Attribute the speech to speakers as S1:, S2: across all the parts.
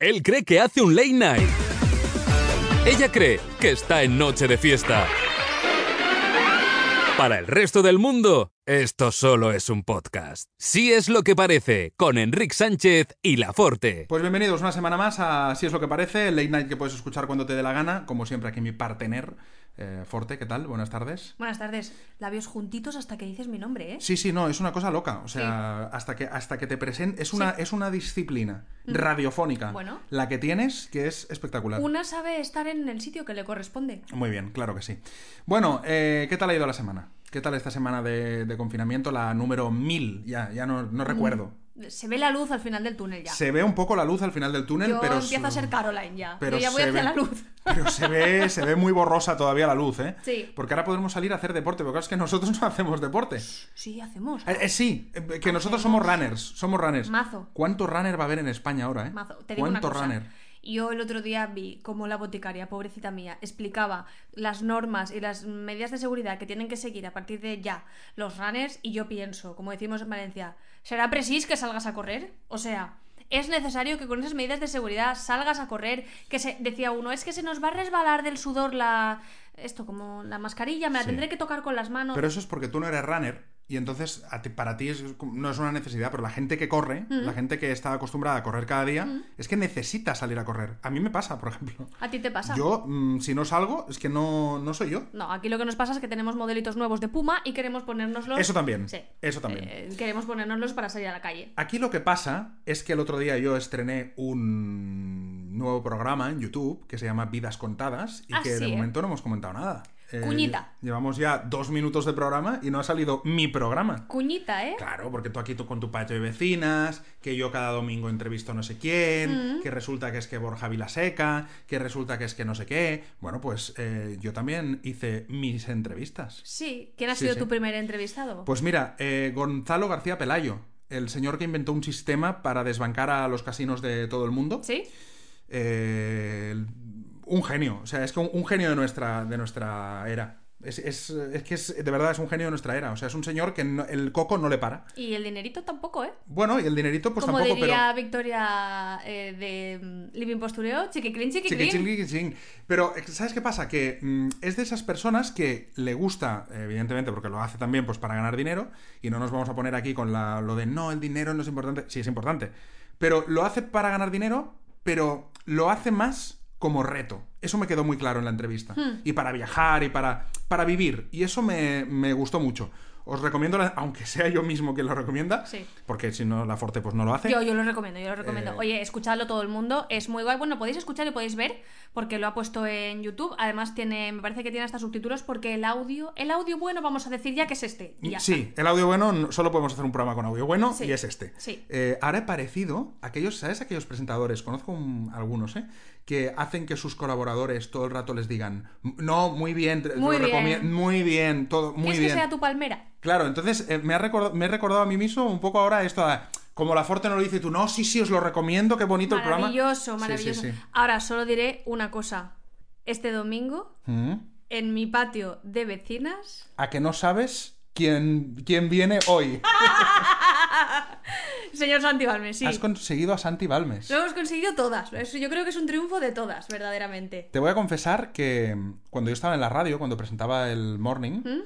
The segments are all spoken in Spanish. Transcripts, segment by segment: S1: Él cree que hace un late night. Ella cree que está en noche de fiesta. Para el resto del mundo, esto solo es un podcast. Sí es lo que parece, con Enrique Sánchez y La Forte.
S2: Pues bienvenidos una semana más a Si es lo que parece, el late night que puedes escuchar cuando te dé la gana, como siempre aquí mi partener. eh, Forte, ¿qué tal? Buenas tardes.
S3: Buenas tardes. Labios juntitos hasta que dices mi nombre, ¿eh?
S2: Sí, sí, no, es una cosa loca. O sea, hasta que hasta que te presentes. Es una, es una disciplina radiofónica.
S3: Mm. Bueno.
S2: La que tienes, que es espectacular.
S3: Una sabe estar en el sitio que le corresponde.
S2: Muy bien, claro que sí. Bueno, eh, ¿qué tal ha ido la semana? ¿Qué tal esta semana de, de confinamiento? La número 1000, ya, ya no, no recuerdo.
S3: Se ve la luz al final del túnel Mm. ya.
S2: Se ve un poco la luz al final del túnel,
S3: Yo
S2: pero.
S3: empiezo a
S2: su-
S3: ser Caroline ya.
S2: pero
S3: Yo ya voy
S2: se
S3: hacia
S2: ve-
S3: la luz.
S2: Pero se ve, se ve muy borrosa todavía la luz, ¿eh?
S3: Sí.
S2: Porque ahora podemos salir a hacer deporte, porque claro, es que nosotros no hacemos deporte.
S3: Sí, hacemos.
S2: Eh, eh, sí, eh, que nosotros somos runners, somos runners.
S3: Mazo.
S2: ¿Cuánto runner va a haber en España ahora, eh?
S3: Mazo, te digo una
S2: ¿Cuánto
S3: cosa.
S2: runner?
S3: Yo el otro día vi cómo la boticaria, pobrecita mía, explicaba las normas y las medidas de seguridad que tienen que seguir a partir de ya los runners y yo pienso, como decimos en Valencia, ¿será precis que salgas a correr? O sea, es necesario que con esas medidas de seguridad salgas a correr, que se decía uno, es que se nos va a resbalar del sudor la esto como la mascarilla, me la
S2: Sí.
S3: tendré que tocar con las manos.
S2: Pero eso es porque tú no eres runner y entonces a ti- para ti es como- no es una necesidad, pero la gente que corre,
S3: Mm.
S2: la gente que está acostumbrada a correr cada día, es que necesita salir a correr. A mí me pasa, por ejemplo.
S3: ¿A ti te pasa?
S2: Yo, mm, si no salgo, es que no, no soy yo.
S3: No, aquí lo que nos pasa es que tenemos modelitos nuevos de Puma y queremos ponérnoslos.
S2: Eso también,
S3: Sí.
S2: eso también.
S3: Eh, queremos ponérnoslos para salir a la calle.
S2: Aquí lo que pasa es que el otro día yo estrené un nuevo programa en YouTube que se llama Vidas Contadas y
S3: Ah,
S2: que de
S3: sí, ¿eh?
S2: momento no hemos comentado nada. Eh,
S3: Cuñita.
S2: lle- llevamos ya dos minutos de programa y no ha salido mi programa.
S3: Cuñita, ¿eh?
S2: Claro, porque tú aquí tú con tu patio de vecinas, que yo cada domingo entrevisto no sé quién,
S3: Mm.
S2: que resulta que es que Borja Vilaseca, que resulta que es que no sé qué. Bueno, pues eh, yo también hice mis entrevistas.
S3: Sí. ¿Quién ha
S2: Sí,
S3: sido
S2: sí.
S3: tu primer entrevistado?
S2: Pues mira, eh, Gonzalo García Pelayo, el señor que inventó un sistema para desbancar a los casinos de todo el mundo.
S3: ¿Sí?
S2: Eh, el- un genio, o sea, es que un, un genio de nuestra, de nuestra era. Es, es- es que es, de verdad es un genio de nuestra era. O sea, es un señor que no- el coco no le para.
S3: Y el dinerito tampoco, ¿eh?
S2: Bueno, y el dinerito, pues
S3: Como
S2: tampoco, pero.
S3: diría Victoria eh, de mm, Living Postureo, chiquiclin, chiquiclin.
S2: Chiqui, chiqui, chiqui. Pero, eh, ¿sabes qué pasa? Que mm, es de esas personas que le gusta, evidentemente, porque lo hace también pues para ganar dinero, y no nos vamos a poner aquí con la- lo de no, el dinero no es importante. Sí, es importante. Pero lo hace para ganar dinero, pero lo hace más como reto. Eso me quedó muy claro en la entrevista.
S3: Hmm.
S2: Y para viajar y para, para vivir. Y eso me, me gustó mucho. Os recomiendo, la- aunque sea yo mismo quien lo recomienda,
S3: Sí.
S2: porque si no, la Forte pues no lo hace.
S3: Yo, yo lo recomiendo, yo lo recomiendo.
S2: Eh,
S3: Oye, escuchadlo todo el mundo, es muy guay. Bueno, podéis escuchar y podéis ver, porque lo ha puesto en YouTube. Además, tiene, me parece que tiene hasta subtítulos, porque el audio, el audio bueno, vamos a decir ya que es este. y ya
S2: Mm, Sí, el audio bueno, no- solo podemos hacer un programa con audio bueno
S3: Sí,
S2: y es este.
S3: sí.
S2: Eh, ahora he parecido, a aquellos, ¿sabes? Aquellos presentadores, conozco un- algunos, ¿eh? Que hacen que sus colaboradores todo el rato les digan, no, muy bien, te- te
S3: Muy
S2: lo
S3: bien.
S2: recomie- muy bien, todo, muy
S3: ¿Quieres
S2: bien.
S3: que sea tu palmera?
S2: Claro, entonces eh, me, ha recordado, me he recordado a mí mismo un poco ahora esto, a- como la Forte no lo dice tú, no, sí, sí, os lo recomiendo, qué bonito el programa.
S3: Maravilloso,
S2: Sí,
S3: maravilloso.
S2: sí, sí.
S3: Ahora, solo diré una cosa. Este domingo,
S2: Mm.
S3: en mi patio de vecinas,
S2: A que no sabes quién, quién viene hoy.
S3: Señor Santi Balmes, sí.
S2: Has conseguido a Santi Balmes.
S3: Lo hemos conseguido todas. Eso Yo creo que es un triunfo de todas, verdaderamente.
S2: Te voy a confesar que mm, cuando yo estaba en la radio, cuando presentaba el Morning,
S3: ¿Mm?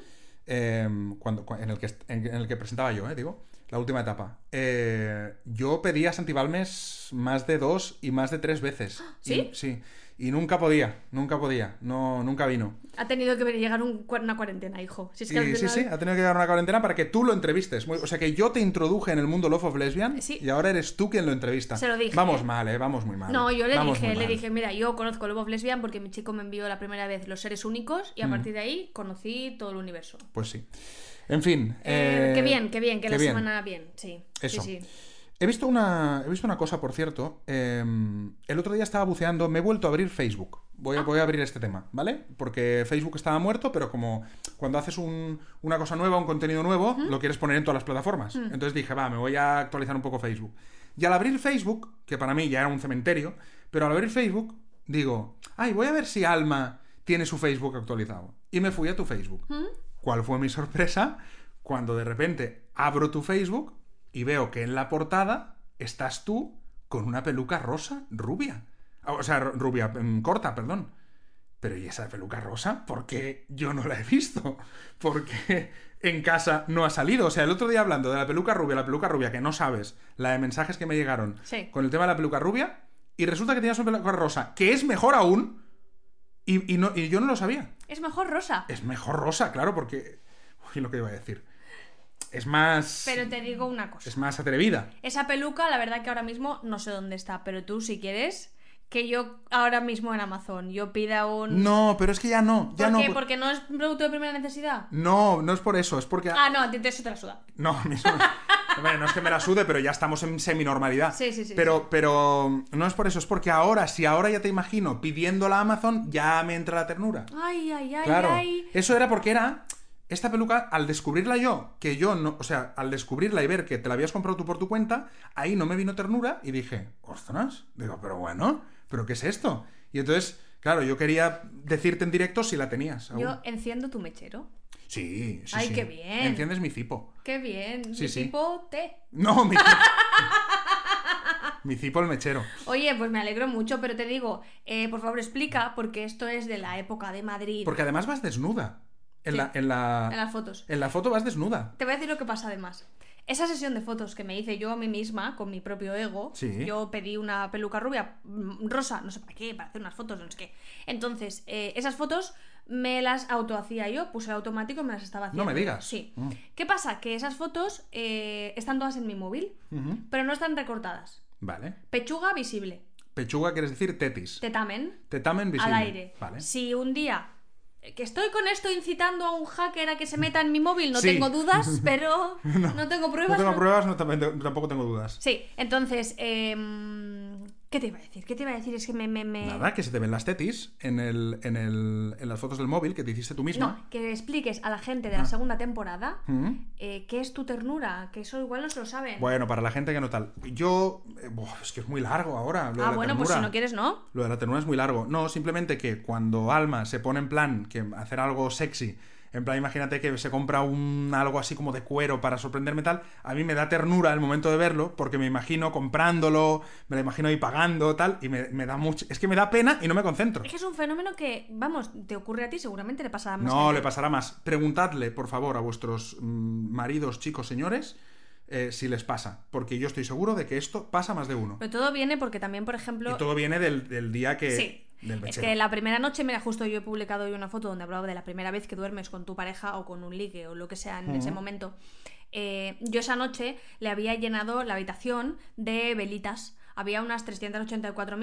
S2: em, cuando, cu- en, el que, est- en- en el que presentaba yo, eh, digo, la última etapa, eh, yo pedía a Santi Balmes más de dos y más de tres veces.
S3: ¿Sí?
S2: Y, sí. Y nunca podía, nunca podía, no, nunca vino.
S3: Ha tenido que llegar un cua- una cuarentena, hijo. Si es que al
S2: Y sí, Ah, sí,
S3: final-
S2: ha tenido que llegar una cuarentena para que tú lo entrevistes. Muy- O sea que yo te introduje en el mundo Love of Lesbian
S3: Sí.
S2: y ahora eres tú quien lo entrevista.
S3: Se lo dije,
S2: Vamos
S3: ¿eh?
S2: mal, eh, vamos muy mal.
S3: No, yo le
S2: Vamos
S3: dije,
S2: muy
S3: le
S2: mal.
S3: dije, mira, yo conozco Love of Lesbian porque mi chico me envió la primera vez Los Seres Únicos
S2: Mm.
S3: y a partir de ahí conocí todo el universo.
S2: Pues sí. En fin.
S3: Eh,
S2: eh,
S3: qué bien, qué bien, que
S2: qué
S3: la
S2: bien.
S3: semana bien, sí. sí,
S2: Eso.
S3: sí.
S2: He visto una, he visto una cosa, por cierto. eh, el otro día estaba buceando, me he vuelto a abrir Facebook. Voy, a- voy a abrir este tema, ¿vale? Porque Facebook estaba muerto, pero como cuando haces un- una cosa nueva, un contenido nuevo, lo quieres poner en todas las plataformas. Entonces dije, va, me voy a actualizar un poco Facebook. Y al abrir Facebook, que para mí ya era un cementerio, pero al abrir Facebook, digo, ay, voy a ver si Alma tiene su Facebook actualizado. Y me fui a tu Facebook. ¿Cuál fue mi sorpresa? Cuando de repente abro tu Facebook y veo que en la portada estás tú con una peluca rosa rubia. Ah, O sea, ru- rubia, mm, corta, perdón. Pero ¿y esa peluca rosa? ¿Por qué yo no la he visto? Porque en casa no ha salido. O sea, el otro día hablando de la peluca rubia, la peluca rubia, que no sabes, la de mensajes que me llegaron
S3: Sí.
S2: con el tema de la peluca rubia, y resulta que tenías una peluca rosa, que es mejor aún, y, y no, y yo no lo sabía.
S3: Es mejor rosa.
S2: Es mejor rosa, claro, porque... Uy, lo que iba a decir. Es más...
S3: Pero te digo una cosa.
S2: Es más atrevida.
S3: Esa peluca, la verdad que ahora mismo no sé dónde está, pero tú si quieres, que yo ahora mismo en Amazon, yo pida un...
S2: No, pero es que ya no, ya
S3: ¿Por
S2: no.
S3: qué? ¿Porque no es un producto de primera necesidad?
S2: No, no es por eso, es porque...
S3: Ah, no, te, te eso te la suda.
S2: No, a mí no me- Hombre, no es que me la sude, pero ya estamos en seminormalidad.
S3: Sí, sí, sí,
S2: Pero,
S3: sí.
S2: pero no es por eso, es porque ahora, si ahora ya te imagino pidiéndola a Amazon, ya me entra la ternura.
S3: Ay, ay, ay,
S2: claro.
S3: ay.
S2: Eso era porque era. Esta peluca, al descubrirla yo, que yo no. O sea, al descubrirla y ver que te la habías comprado tú por tu cuenta, ahí no me vino ternura y dije, ostras. Digo, pero bueno, ¿pero qué es esto? Y entonces, claro, yo quería decirte en directo si la tenías. aún.
S3: Yo enciendo tu mechero.
S2: Sí, sí,
S3: Ay,
S2: sí.
S3: qué bien.
S2: Enciendes mi cipo.
S3: Qué bien.
S2: Sí,
S3: mi
S2: sí.
S3: tipo té.
S2: No, mi cipo. mi cipo el mechero.
S3: Oye, pues me alegro mucho, pero te digo, eh, por favor explica, porque esto es de la época de Madrid.
S2: Porque además vas desnuda. En,
S3: Sí.
S2: la, en, la,
S3: En las fotos.
S2: en la foto vas desnuda.
S3: Te voy a decir lo que pasa además. Esa sesión de fotos que me hice yo a mí misma, con mi propio ego,
S2: Sí.
S3: yo pedí una peluca rubia, mm, rosa, no sé para qué, para hacer unas fotos, no sé qué. Entonces, eh, esas fotos me las autohacía yo, puse automático y me las estaba haciendo.
S2: No me digas.
S3: Sí.
S2: Mm.
S3: ¿Qué pasa? Que esas fotos eh, están todas en mi móvil,
S2: Ujú.
S3: pero no están recortadas.
S2: Vale.
S3: Pechuga visible,
S2: Pechuga quieres decir tetis.
S3: tetamen,
S2: Tetamen
S3: al
S2: visible.
S3: aire.
S2: Pues Vale.
S3: Si un día eh, que estoy con esto incitando a un hacker a que se meta en mi móvil, no
S2: Sí.
S3: tengo dudas, pero no, tengo
S2: no
S3: pruebas.
S2: tengo
S3: no-
S2: pruebas, no, tampoco tampoco tengo dudas.
S3: Sí, entonces, em, ¿qué te iba a decir? ¿Qué te iba a decir? Es que me... me, me-
S2: Nada, que se te ven las tetis en, el, en, el, en las fotos del móvil que te hiciste tú misma.
S3: No, que expliques a la gente de la
S2: Ah.
S3: segunda temporada
S2: Ujú.
S3: eh, qué es tu ternura, que eso igual no se lo saben.
S2: Bueno, para la gente que no tal. Yo. eh, buah, es que es muy largo ahora. Lo de
S3: ah,
S2: la
S3: bueno, pues
S2: ternura.
S3: si no quieres, no.
S2: Lo de la ternura es muy largo. No, simplemente que cuando Alma se pone en plan que hacer algo sexy, en plan, imagínate que se compra un algo así como de cuero para sorprenderme tal, a mí me da ternura el momento de verlo, porque me imagino comprándolo, me lo imagino ahí pagando, tal, y me, me da mucho. Es que me da pena y no me concentro.
S3: Es que es un fenómeno que, vamos, te ocurre a ti, seguramente le pasará más.
S2: No, le pasará más. Preguntadle, por favor, a vuestros mm, maridos, chicos, señores, eh, si les pasa, porque yo estoy seguro de que esto pasa más de uno.
S3: Pero todo viene porque también, por ejemplo...
S2: Y todo viene del, del día que.
S3: Sí.
S2: Del
S3: es
S2: mechero.
S3: que la primera noche, mira, justo yo he publicado hoy una foto donde hablaba de la primera vez que duermes con tu pareja o con un ligue o lo que sea en ese momento. Eh, yo esa noche le había llenado la habitación de velitas. Había unas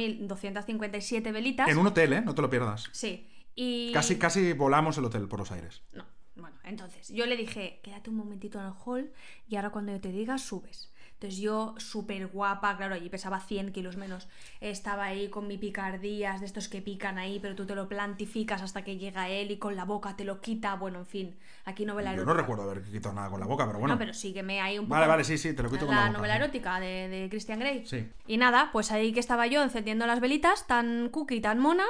S3: 384.257 velitas.
S2: En un hotel, ¿eh? No te lo pierdas.
S3: Sí. Y...
S2: Casi, casi volamos el hotel por los aires.
S3: No, bueno, entonces yo le dije, quédate un momentito en el hall y ahora cuando yo te diga subes. Entonces yo, súper guapa, claro, allí pesaba 100 kilos menos, estaba ahí con mi picardías, de estos que pican ahí, pero tú te lo plantificas hasta que llega él y con la boca te lo quita, bueno, en fin, aquí novela
S2: Yo
S3: erótica.
S2: no recuerdo haber quitado nada con la boca, pero bueno.
S3: No, pero sígueme ahí un poco.
S2: Vale, vale, sí, sí, te lo quito con la boca.
S3: novela erótica de, de Christian Grey.
S2: Sí.
S3: Y nada, pues ahí que estaba yo encendiendo las velitas, tan cookie, tan mona.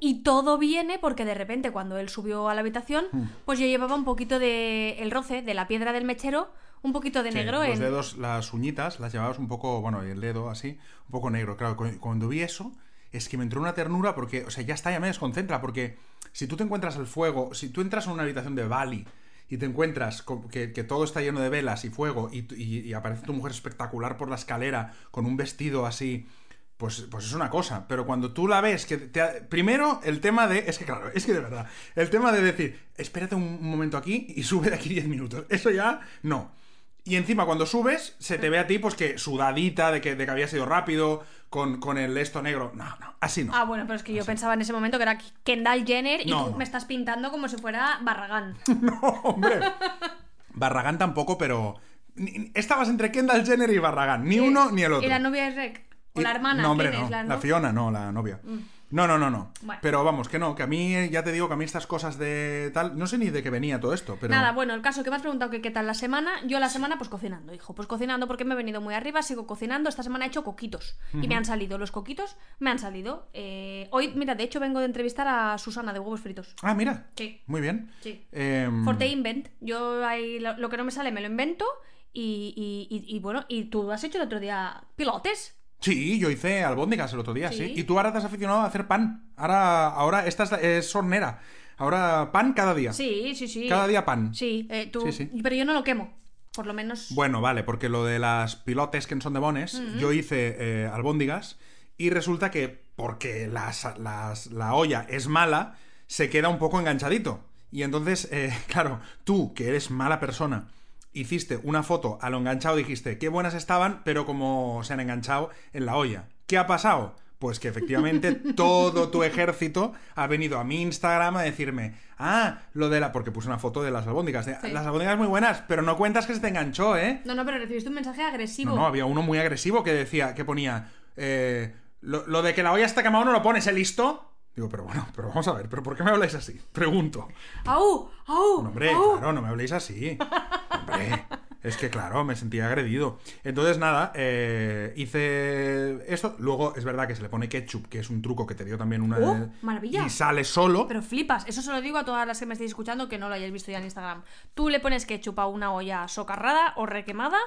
S3: Y todo viene porque de repente cuando él subió a la habitación, pues yo llevaba un poquito de el roce de la piedra del mechero, un poquito de
S2: Sí,
S3: negro
S2: los
S3: en
S2: dedos, las uñitas, las llevabas un poco, bueno, y el dedo así, un poco negro. Claro, cu- cuando vi eso, es que me entró una ternura porque, o sea, ya está, ya me desconcentra, porque si tú te encuentras al fuego, si tú entras en una habitación de Bali y te encuentras con- que, que todo está lleno de velas y fuego y, tu- y- y aparece tu mujer espectacular por la escalera con un vestido así... Pues, pues es una cosa, pero cuando tú la ves, que te ha- primero el tema de, es que claro, es que de verdad, el tema de decir, espérate un un momento aquí y sube de aquí 10 minutos, eso ya no. Y encima cuando subes, se te ve a ti, pues que sudadita, de que, de que había sido rápido, con, con el esto negro. No, no, así no.
S3: Ah, bueno, pero es que yo pensaba en ese momento que era Kendall Jenner y
S2: No,
S3: tú
S2: no.
S3: me estás pintando como si fuera Barragán.
S2: No, hombre. Barragán tampoco, pero. ni- ni- Estabas entre Kendall Jenner y Barragán.
S3: Eh,
S2: Ni uno ni el otro.
S3: ¿Y la novia de Rec? ¿O
S2: Y-
S3: la hermana?
S2: Eh, No, hombre,
S3: ¿Quién
S2: no.
S3: es? ¿La
S2: la
S3: no- Mm.
S2: Fiona, no, la novia. No, no, no, no.
S3: Bueno.
S2: Pero vamos, que no, que a mí, eh, ya te digo que a mí estas cosas de tal. No sé ni de qué venía todo esto, pero.
S3: Nada, bueno, el caso que me has preguntado que qué tal la semana, yo la semana pues cocinando, hijo, pues cocinando porque me he venido muy arriba, sigo cocinando, esta semana he hecho coquitos y me han salido, los coquitos me han salido. Eh, hoy, mira, de hecho vengo de entrevistar a Susana de Huevos Fritos.
S2: Ah, mira.
S3: Sí.
S2: Muy bien.
S3: Sí.
S2: Em,
S3: Forte Invent, yo ahí lo, lo que no me sale me lo invento y, y- y- y bueno, y tú has hecho el otro día pilotes.
S2: Sí, yo hice albóndigas el otro día, ¿Sí?
S3: Sí.
S2: Y tú ahora te has aficionado a hacer pan. Ahora, ahora esta es, la- es hornera. Ahora pan cada día.
S3: Sí, sí, sí.
S2: Cada día pan.
S3: Sí, eh, tú.
S2: Sí, sí.
S3: Pero yo no lo quemo. Por lo menos.
S2: Bueno, vale, porque lo de las pilotes que en son de bones, yo hice eh, albóndigas y resulta que porque las, las- la olla es mala, se queda un poco enganchadito. Y entonces, eh, claro, tú, que eres mala persona, hiciste una foto a lo enganchado, dijiste qué buenas estaban, pero como se han enganchado en la olla. ¿Qué ha pasado? Pues que efectivamente todo tu ejército ha venido a mi Instagram a decirme, ah, lo de la... porque puse una foto de las albóndigas, de,
S3: Sí.
S2: las albóndigas muy buenas, pero no cuentas que se te enganchó, ¿eh?
S3: No, no, pero recibiste un mensaje agresivo.
S2: No, no, había uno muy agresivo que decía, que ponía, eh, lo, lo de que la olla está quemada no lo pones, ¿eh? ¿Listo? Digo, pero bueno, pero vamos a ver, ¿pero por qué me habláis así? Pregunto.
S3: ¡Au! ¡Au!
S2: No, hombre,
S3: ¡Au!
S2: claro, no me habléis así. Hombre, es que claro, me sentía agredido. Entonces, nada, eh, hice esto. Luego, es verdad que se le pone ketchup, que es un truco que te dio también una...
S3: ¡Oh, maravilla!
S2: Y sale solo.
S3: Pero flipas, eso se lo digo a todas las que me estéis escuchando que no lo hayáis visto ya en Instagram. Tú le pones ketchup a una olla socarrada o requemada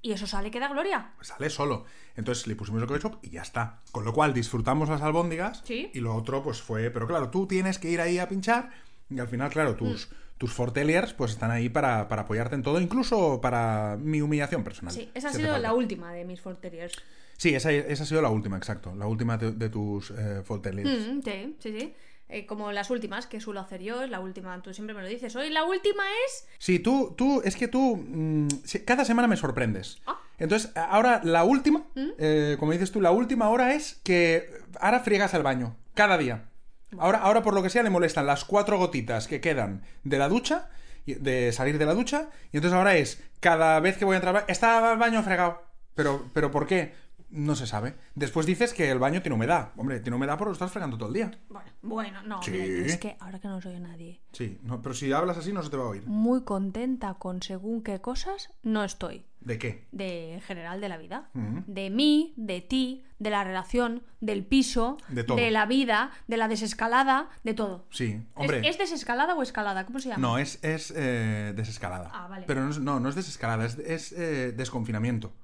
S3: y eso sale que da gloria.
S2: sale solo. Entonces le pusimos el ketchup y ya está. Con lo cual disfrutamos las albóndigas
S3: Sí.
S2: y lo otro pues fue, pero claro, tú tienes que ir ahí a pinchar y al final, claro,
S3: Mm.
S2: tus, tus forteliers pues están ahí para, para apoyarte en todo, incluso para mi humillación personal.
S3: Sí, esa ha
S2: si hace
S3: sido
S2: falta.
S3: la última de mis forteriers.
S2: Sí, esa, esa ha sido la última, exacto. La última de, de tus eh, forteliers.
S3: Mm, sí, sí, sí. Eh, como las últimas que suelo hacer yo, es la última, tú siempre me lo dices. Hoy la última es.
S2: Sí, tú, tú, es que tú, mm, sí, cada semana me sorprendes.
S3: Ah. Mm.
S2: Entonces, a- ahora la última, eh, como dices tú, la última hora es que ahora friegas al baño, cada día. Ahora, ahora por lo que sea, le molestan las cuatro gotitas que quedan de la ducha, y- de salir de la ducha, y entonces ahora es, cada vez que voy a entrar, al ba- está el baño fregado. Pero, pero ¿por qué? No se sabe. Después dices que el baño tiene humedad. Hombre, tiene humedad porque lo estás fregando todo el día.
S3: Bueno, bueno, no,
S2: Sí.
S3: mira, es que ahora que no os oye nadie.
S2: Sí, no, pero si hablas así no se te va a oír.
S3: Muy contenta con según qué cosas no estoy.
S2: ¿De qué?
S3: de en general de la vida.
S2: Ujú.
S3: De mí, de ti, de la relación, del piso,
S2: De todo.
S3: la vida, de la desescalada, de todo.
S2: Sí,
S3: ¿Es-
S2: hombre.
S3: ¿Es, desescalada o escalada? ¿Cómo se llama?
S2: No, es, es eh, desescalada.
S3: Ah, vale.
S2: Pero no es, no, no es desescalada, es, es, eh, desconfinamiento.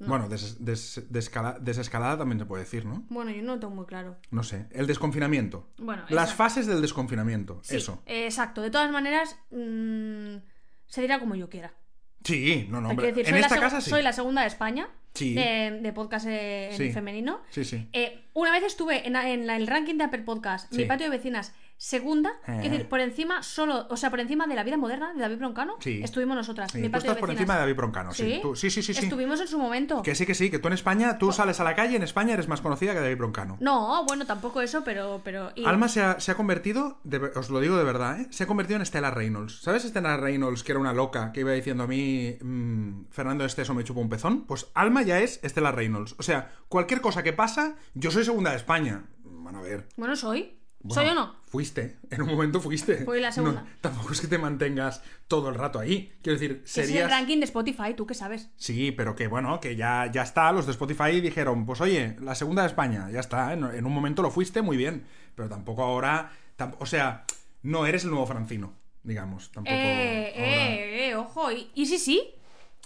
S2: Bueno, des- des- descala- desescalada también se puede decir, ¿no?
S3: Bueno, yo no lo tengo muy claro.
S2: No sé, el desconfinamiento.
S3: Bueno,
S2: Las
S3: esa-
S2: fases del desconfinamiento,
S3: Sí,
S2: eso.
S3: eh, exacto. De todas maneras, mm, se dirá como yo quiera.
S2: Sí, no, no,
S3: Quiero
S2: hombre.
S3: decir,
S2: en
S3: soy,
S2: esta
S3: la seg-
S2: casa sí.
S3: soy la segunda de España
S2: Sí.
S3: de, de podcast eh, en
S2: Sí.
S3: femenino.
S2: Sí, sí.
S3: Eh, una vez estuve en, en la- el ranking de Apple Podcast,
S2: Sí.
S3: mi patio de vecinas, segunda,
S2: Eh.
S3: es decir, por encima solo, o sea, por encima de la vida moderna de David Broncano,
S2: Sí.
S3: estuvimos nosotras.
S2: Sí,
S3: mi
S2: tú
S3: patio
S2: estás
S3: de
S2: por
S3: vecinas.
S2: encima de David Broncano, sí. Tú- sí, sí, sí, sí.
S3: Estuvimos en su momento.
S2: Que sí, que sí, que tú en España, tú sales a la calle, en España eres más conocida que David Broncano.
S3: No, bueno, tampoco eso, pero. pero y-
S2: Alma se ha, se ha convertido, de ver- os lo digo de verdad, ¿eh? se ha convertido en Estela Reynolds. ¿Sabes Estela Reynolds, que era una loca que iba diciendo a mí, mm, Fernando Esteso me chupa un pezón? Pues Alma ya es Estela Reynolds. O sea, cualquier cosa que pasa, yo soy segunda de España. Van a ver.
S3: Bueno, soy.
S2: Bueno,
S3: ¿Soy o no?
S2: Fuiste, en un momento fuiste.
S3: Fui la segunda.
S2: No, tampoco es que te mantengas todo el rato ahí. Quiero decir,
S3: Que es el
S2: serías...
S3: ranking de Spotify, tú que sabes.
S2: Sí, pero que bueno, que ya, ya está, los de Spotify dijeron, pues oye, la segunda de España, ya está, en, en un momento lo fuiste muy bien, pero tampoco ahora, tam- o sea, no eres el nuevo Francino, digamos, tampoco.
S3: Eh,
S2: ahora-
S3: eh, eh, ojo. Y, y sí, sí.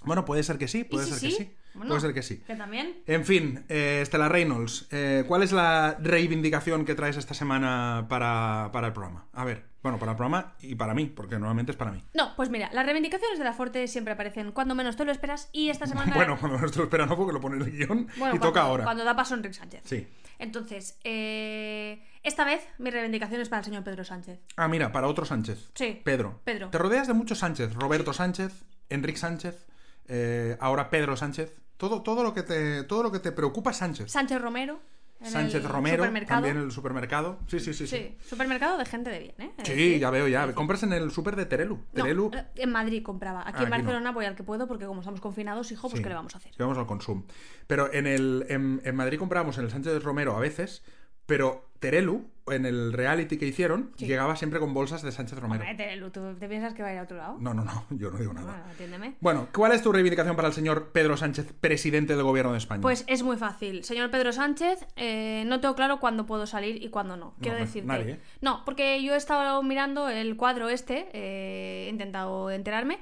S2: Bueno, puede ser que sí,
S3: Y
S2: puede
S3: sí,
S2: ser
S3: sí.
S2: que sí,
S3: Bueno,
S2: puede ser que sí.
S3: Que también.
S2: En fin, eh, Estela Reynolds, eh, ¿cuál es la reivindicación que traes esta semana para, para el programa? A ver, bueno, para el programa y para mí, porque normalmente es para mí.
S3: No, pues mira, las reivindicaciones de la Forte siempre aparecen cuando menos te lo esperas y esta semana.
S2: Bueno, cuando nuestro espera no, porque lo pone en el guión
S3: Bueno,
S2: y toca
S3: cuando-
S2: ahora.
S3: Cuando da paso Enrique Sánchez.
S2: Sí.
S3: Entonces, eh, esta vez mi reivindicación es para el señor Pedro Sánchez.
S2: Ah, mira, para otro Sánchez.
S3: Sí,
S2: Pedro.
S3: Pedro.
S2: Te rodeas de muchos Sánchez. Roberto Sánchez, Enrique Sánchez, eh, ahora Pedro Sánchez. Todo, todo, lo que te, todo lo que te preocupa es Sánchez.
S3: Sánchez Romero. en
S2: Sánchez
S3: el
S2: Romero,
S3: supermercado.
S2: también en el supermercado. Sí, sí, sí. Sí,
S3: Sí, supermercado de gente de bien, ¿eh? Es
S2: Sí,
S3: decir,
S2: ya veo, ya. Compras en el super de Terelu.
S3: no,
S2: Terelu.
S3: eh, en Madrid compraba.
S2: Ah,
S3: Aquí en
S2: aquí no.
S3: Barcelona voy al que puedo porque como estamos confinados, hijo, pues
S2: Sí.
S3: ¿qué le vamos a hacer?
S2: Vamos al consumo. Pero en, el, en, en Madrid comprábamos en el Sánchez Romero a veces, pero Terelu, en el reality que hicieron, llegaba siempre con bolsas de Sánchez Romero.
S3: Hombre, te, Lu, ¿tú te piensas que va a ir a otro lado?
S2: No, no, no, yo no digo nada.
S3: Bueno, atiéndeme.
S2: Bueno, ¿cuál es tu reivindicación para el señor Pedro Sánchez, presidente del gobierno de España?
S3: Pues es muy fácil. Señor Pedro Sánchez, eh, no tengo claro cuándo puedo salir y cuándo no. Quiero
S2: pues,
S3: decirte.
S2: nadie, ¿eh?
S3: No, porque yo he estado mirando el cuadro este, eh, he intentado enterarme,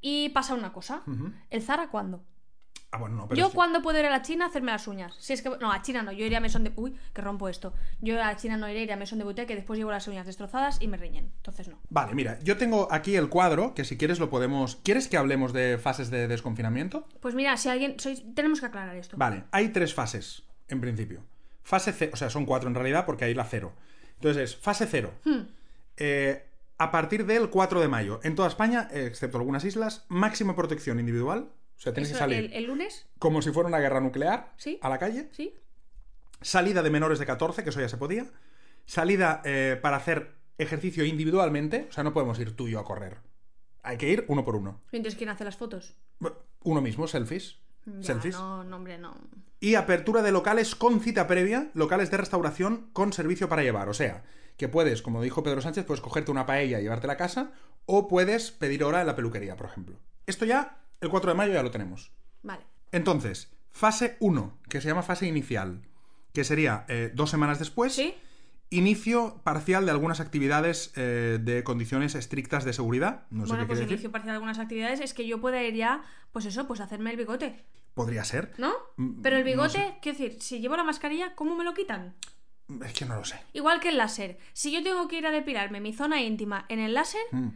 S3: y pasa una cosa. ¿El Zara cuándo?
S2: Ah, bueno, no, pero
S3: yo
S2: Hmm. es que-
S3: cuando puedo ir a la China a hacerme las uñas. Si es que no, a China no, yo iré a mesón de uy, que rompo esto. Yo a la China no iré, iré a mesón de boutique que después llevo las uñas destrozadas y me riñen. Entonces no.
S2: Vale, mira, yo tengo aquí el cuadro, que si quieres lo podemos... ¿Quieres que hablemos de fases de desconfinamiento?
S3: Pues mira, si alguien sois tenemos que aclarar esto.
S2: Vale, hay tres fases, en principio. Fase C, o sea, son cuatro en realidad porque hay la cero. Entonces, es fase cero.
S3: Hmm.
S2: Eh, a partir del 4 de mayo, en toda España, eh, excepto algunas islas, máxima protección individual. O sea, tienes que
S3: Eso,
S2: salir
S3: el, el lunes,
S2: como si fuera una guerra nuclear
S3: Sí.
S2: a la calle.
S3: ¿sí?
S2: Salida de menores de 14, que eso ya se podía. Salida eh, para hacer ejercicio individualmente. O sea, no podemos ir tú y yo a correr. Hay que ir uno por uno.
S3: Mientras quien hace las fotos.
S2: Bu- Uno mismo, selfies.
S3: Ya,
S2: selfies.
S3: No, no, hombre, no.
S2: Y apertura de locales con cita previa, locales de restauración con servicio para llevar. O sea, que puedes, como dijo Pedro Sánchez, puedes cogerte una paella y llevártela a casa, o puedes pedir hora en la peluquería, por ejemplo. Esto ya, el 4 de mayo ya lo tenemos.
S3: Vale.
S2: Entonces, fase 1, que se llama fase inicial, que sería eh, dos semanas después,
S3: ¿Sí?
S2: inicio parcial de algunas actividades eh, de condiciones estrictas de seguridad. No sé
S3: bueno,
S2: qué
S3: pues
S2: quiere
S3: inicio
S2: decir.
S3: parcial de algunas actividades es que yo pueda ir ya, pues eso, pues hacerme el bigote,
S2: Podría ser.
S3: ¿no?
S2: Mm,
S3: Pero el bigote, quiero decir, si llevo la mascarilla, ¿cómo me lo quitan?
S2: Es que no lo sé.
S3: Igual que el láser. Si yo tengo que ir a depilarme mi zona íntima en el láser,
S2: Mm.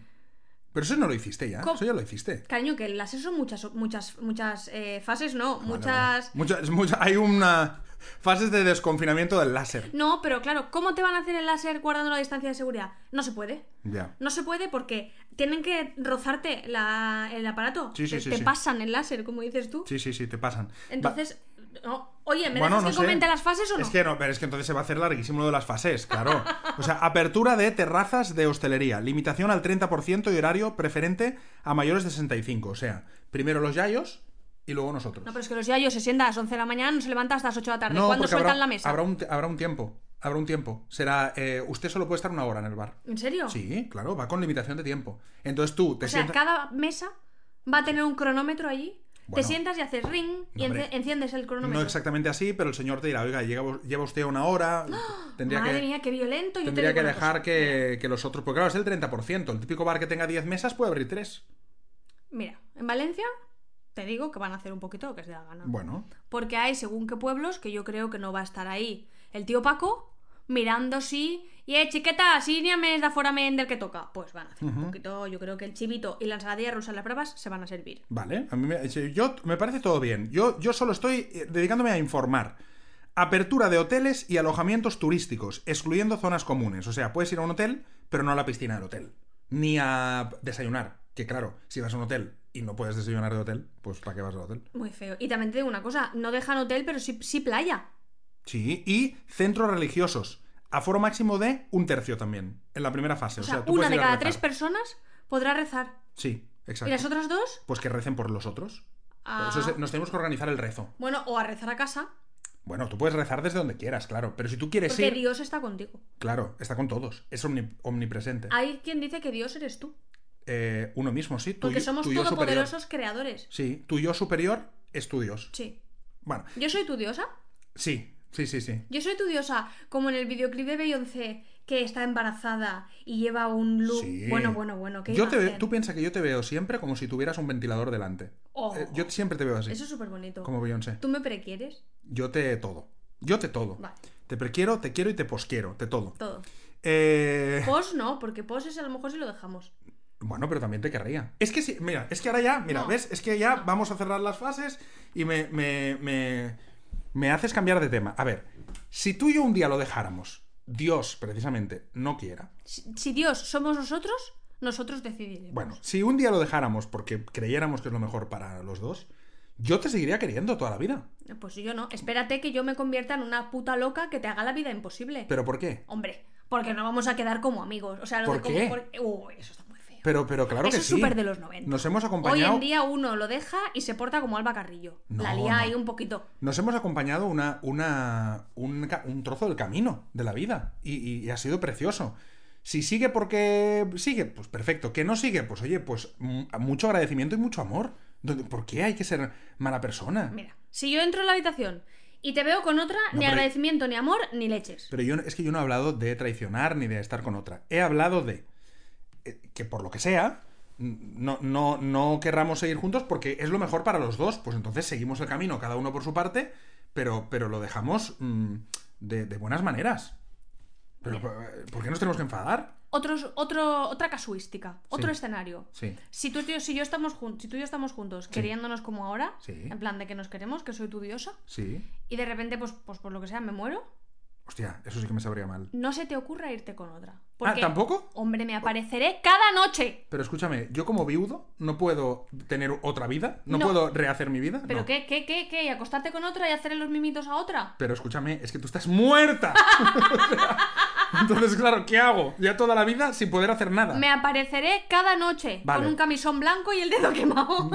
S2: Pero eso no lo hiciste ya.
S3: ¿Cómo?
S2: Eso ya lo hiciste.
S3: Cariño, que las son muchas, muchas, muchas eh, fases, no,
S2: Vale,
S3: muchas.
S2: vale. muchas. muchas- Hay una. Fases de desconfinamiento del láser.
S3: No, pero claro, ¿cómo te van a hacer el láser guardando la distancia de seguridad? No se puede.
S2: Ya.
S3: No se puede porque tienen que rozarte la- el aparato.
S2: Sí, sí,
S3: te,
S2: sí,
S3: te
S2: sí.
S3: pasan el láser, como dices tú.
S2: Sí, sí, sí, te pasan. Va-
S3: Entonces, no. oye, ¿me
S2: Bueno,
S3: dejas
S2: no
S3: que
S2: sé.
S3: comente las fases o no?
S2: Es que no, pero es que entonces se va a hacer larguísimo lo de las fases, claro. O sea, apertura de terrazas de hostelería, limitación al 30% y horario preferente a mayores de 65. O sea, primero los yayos y luego nosotros.
S3: No, pero es que los yayos se sientan a las 11 de la mañana, no se levanta hasta las 8 de la tarde.
S2: No,
S3: ¿Cuándo
S2: porque
S3: sueltan
S2: habrá,
S3: la mesa?
S2: Habrá un, habrá un tiempo. Habrá un tiempo. Será. eh, usted solo puede estar una hora en el bar.
S3: ¿En serio?
S2: Sí, claro, va con limitación de tiempo. Entonces tú te
S3: O sea,
S2: sientas-
S3: cada mesa va a tener un cronómetro allí.
S2: Bueno.
S3: te sientas y haces ring y
S2: No, hombre.
S3: ence- enciendes el
S2: No
S3: cronómetro.
S2: exactamente así, pero el señor te dirá, oiga, llega- lleva usted una hora. Tendría
S3: Madre
S2: que,
S3: mía, qué violento. Yo te
S2: tendría
S3: digo
S2: que
S3: una
S2: dejar
S3: cosa.
S2: que, que los otros. Porque claro, es el 30%. El típico bar que tenga 10 mesas puede abrir 3.
S3: Mira, en Valencia te digo que van a hacer un poquito lo que se da gana.
S2: Bueno,
S3: Porque hay según qué pueblos que yo creo que no va a estar ahí. El tío Paco mirando sí. Y eh, chiqueta, si ni me da fuera del que toca. Pues van a hacer un poquito. Yo creo que el chivito y la ensaladilla rusa en las pruebas se van a servir.
S2: vale. A mí me, yo, me parece todo bien. Yo, yo solo estoy eh, dedicándome a informar. Apertura de hoteles y alojamientos turísticos, excluyendo zonas comunes. O sea, puedes ir a un hotel, pero no a la piscina del hotel. Ni a desayunar. Que claro, si vas a un hotel y no puedes desayunar de hotel, pues ¿para qué vas al hotel?
S3: Muy feo. Y también te digo una cosa: no dejan hotel, pero sí, sí playa.
S2: Sí, y centros religiosos. Aforo máximo de un tercio también, en la primera fase.
S3: O
S2: O
S3: sea,
S2: sea, tú
S3: una
S2: puedes
S3: de
S2: ir a
S3: cada
S2: rezar.
S3: tres personas podrá rezar.
S2: Sí,
S3: ¿Y las
S2: exacto.
S3: otras dos?
S2: Pues que recen por los otros.
S3: A...
S2: Eso es- nos tenemos que organizar el rezo.
S3: Bueno, o a rezar a casa.
S2: Bueno, tú puedes rezar desde donde quieras, claro. Pero si tú quieres
S3: Porque
S2: ir,
S3: Dios está contigo.
S2: claro, está con todos. Es omni- omnipresente.
S3: Hay quien dice que Dios eres tú.
S2: Eh, uno mismo, sí. Tú,
S3: Porque somos
S2: tú yo superior.
S3: todopoderosos creadores.
S2: Sí, tu yo superior es tu Dios.
S3: Sí.
S2: Bueno,
S3: Yo soy tu diosa.
S2: sí, sí, sí, sí.
S3: Yo soy tu diosa, como en el videoclip de Beyoncé, que está embarazada y lleva un look.
S2: Sí.
S3: Bueno, bueno, bueno. ¿qué
S2: Yo
S3: iba
S2: te
S3: a
S2: ve-
S3: hacer?
S2: tú piensas que yo te veo siempre como si tuvieras un ventilador delante.
S3: Oh.
S2: Eh, yo siempre te veo así,
S3: Eso es súper bonito.
S2: como Beyoncé.
S3: ¿Tú me prequieres?
S2: Yo te todo. Yo te todo.
S3: Vale.
S2: Te prequiero, te quiero y te posquiero. Te todo.
S3: Todo.
S2: Eh,
S3: Pos no, porque pos es a lo mejor si lo dejamos.
S2: Bueno, pero también te querría. Es que sí, mira, es que ahora ya, mira,
S3: No.
S2: ¿ves? Es que ya vamos a cerrar las fases y me, me, me, me haces cambiar de tema. A ver, si tú y yo un día lo dejáramos, Dios precisamente no quiera.
S3: Si, si Dios somos nosotros, nosotros decidiremos.
S2: Bueno, si un día lo dejáramos porque creyéramos que es lo mejor para los dos, yo te seguiría queriendo toda la vida.
S3: Pues yo no. Espérate que yo me convierta en una puta loca que te haga la vida imposible.
S2: ¿Pero por qué?
S3: Hombre, porque no vamos a quedar como amigos. O sea, lo
S2: ¿Por
S3: de como-
S2: qué?
S3: por- Uy, eso está muy feo.
S2: Pero, pero claro
S3: Eso
S2: que
S3: es
S2: sí.
S3: súper de los 90.
S2: Nos hemos
S3: Hoy
S2: acompañado.
S3: en día uno lo deja y se porta como Alba Carrillo.
S2: No,
S3: la lía
S2: no.
S3: ahí un poquito.
S2: Nos hemos acompañado una, una, un, ca- un trozo del camino de la vida y, y- y ha sido precioso. Si sigue porque sigue, pues perfecto. Que no sigue, pues oye, pues mm, mucho agradecimiento y mucho amor. ¿Dónde- ¿Por qué hay que ser mala persona?
S3: Mira, si yo entro en la habitación y te veo con otra,
S2: No,
S3: ni
S2: pero-
S3: agradecimiento, ni amor, ni leches.
S2: Pero yo no- es que yo no he hablado de traicionar ni de estar con otra. He hablado de eh, que por lo que sea, no, no, no querramos seguir juntos porque es lo mejor para los dos, pues entonces seguimos el camino, cada uno por su parte, pero, pero lo dejamos mm, de, de buenas maneras. Pero, eh, ¿Por qué nos tenemos que enfadar?
S3: Otros, otro, otra casuística, otro escenario.
S2: Sí.
S3: Si tú, y yo- si yo estamos juntos, si tú y yo estamos juntos, queriéndonos como ahora,
S2: Sí.
S3: en plan de que nos queremos, que soy tu diosa,
S2: Sí.
S3: y de repente, pues, pues por lo que sea, me muero,
S2: Hostia, eso sí que me sabría mal.
S3: no se te ocurra irte con otra.
S2: Ah,
S3: Porque,
S2: ¿tampoco?
S3: hombre, me apareceré cada noche.
S2: Pero escúchame, yo como viudo no puedo tener otra vida, no,
S3: No.
S2: puedo rehacer mi vida.
S3: ¿Pero
S2: no.
S3: qué, qué, qué, qué? ¿Y acostarte con otra y hacerle los mimitos a otra?
S2: Pero escúchame, es que tú estás muerta. O sea, entonces, claro, ¿qué hago? Ya toda la vida sin poder hacer nada.
S3: Me apareceré cada noche
S2: Ah. Vale.
S3: con un camisón blanco y el dedo quemado.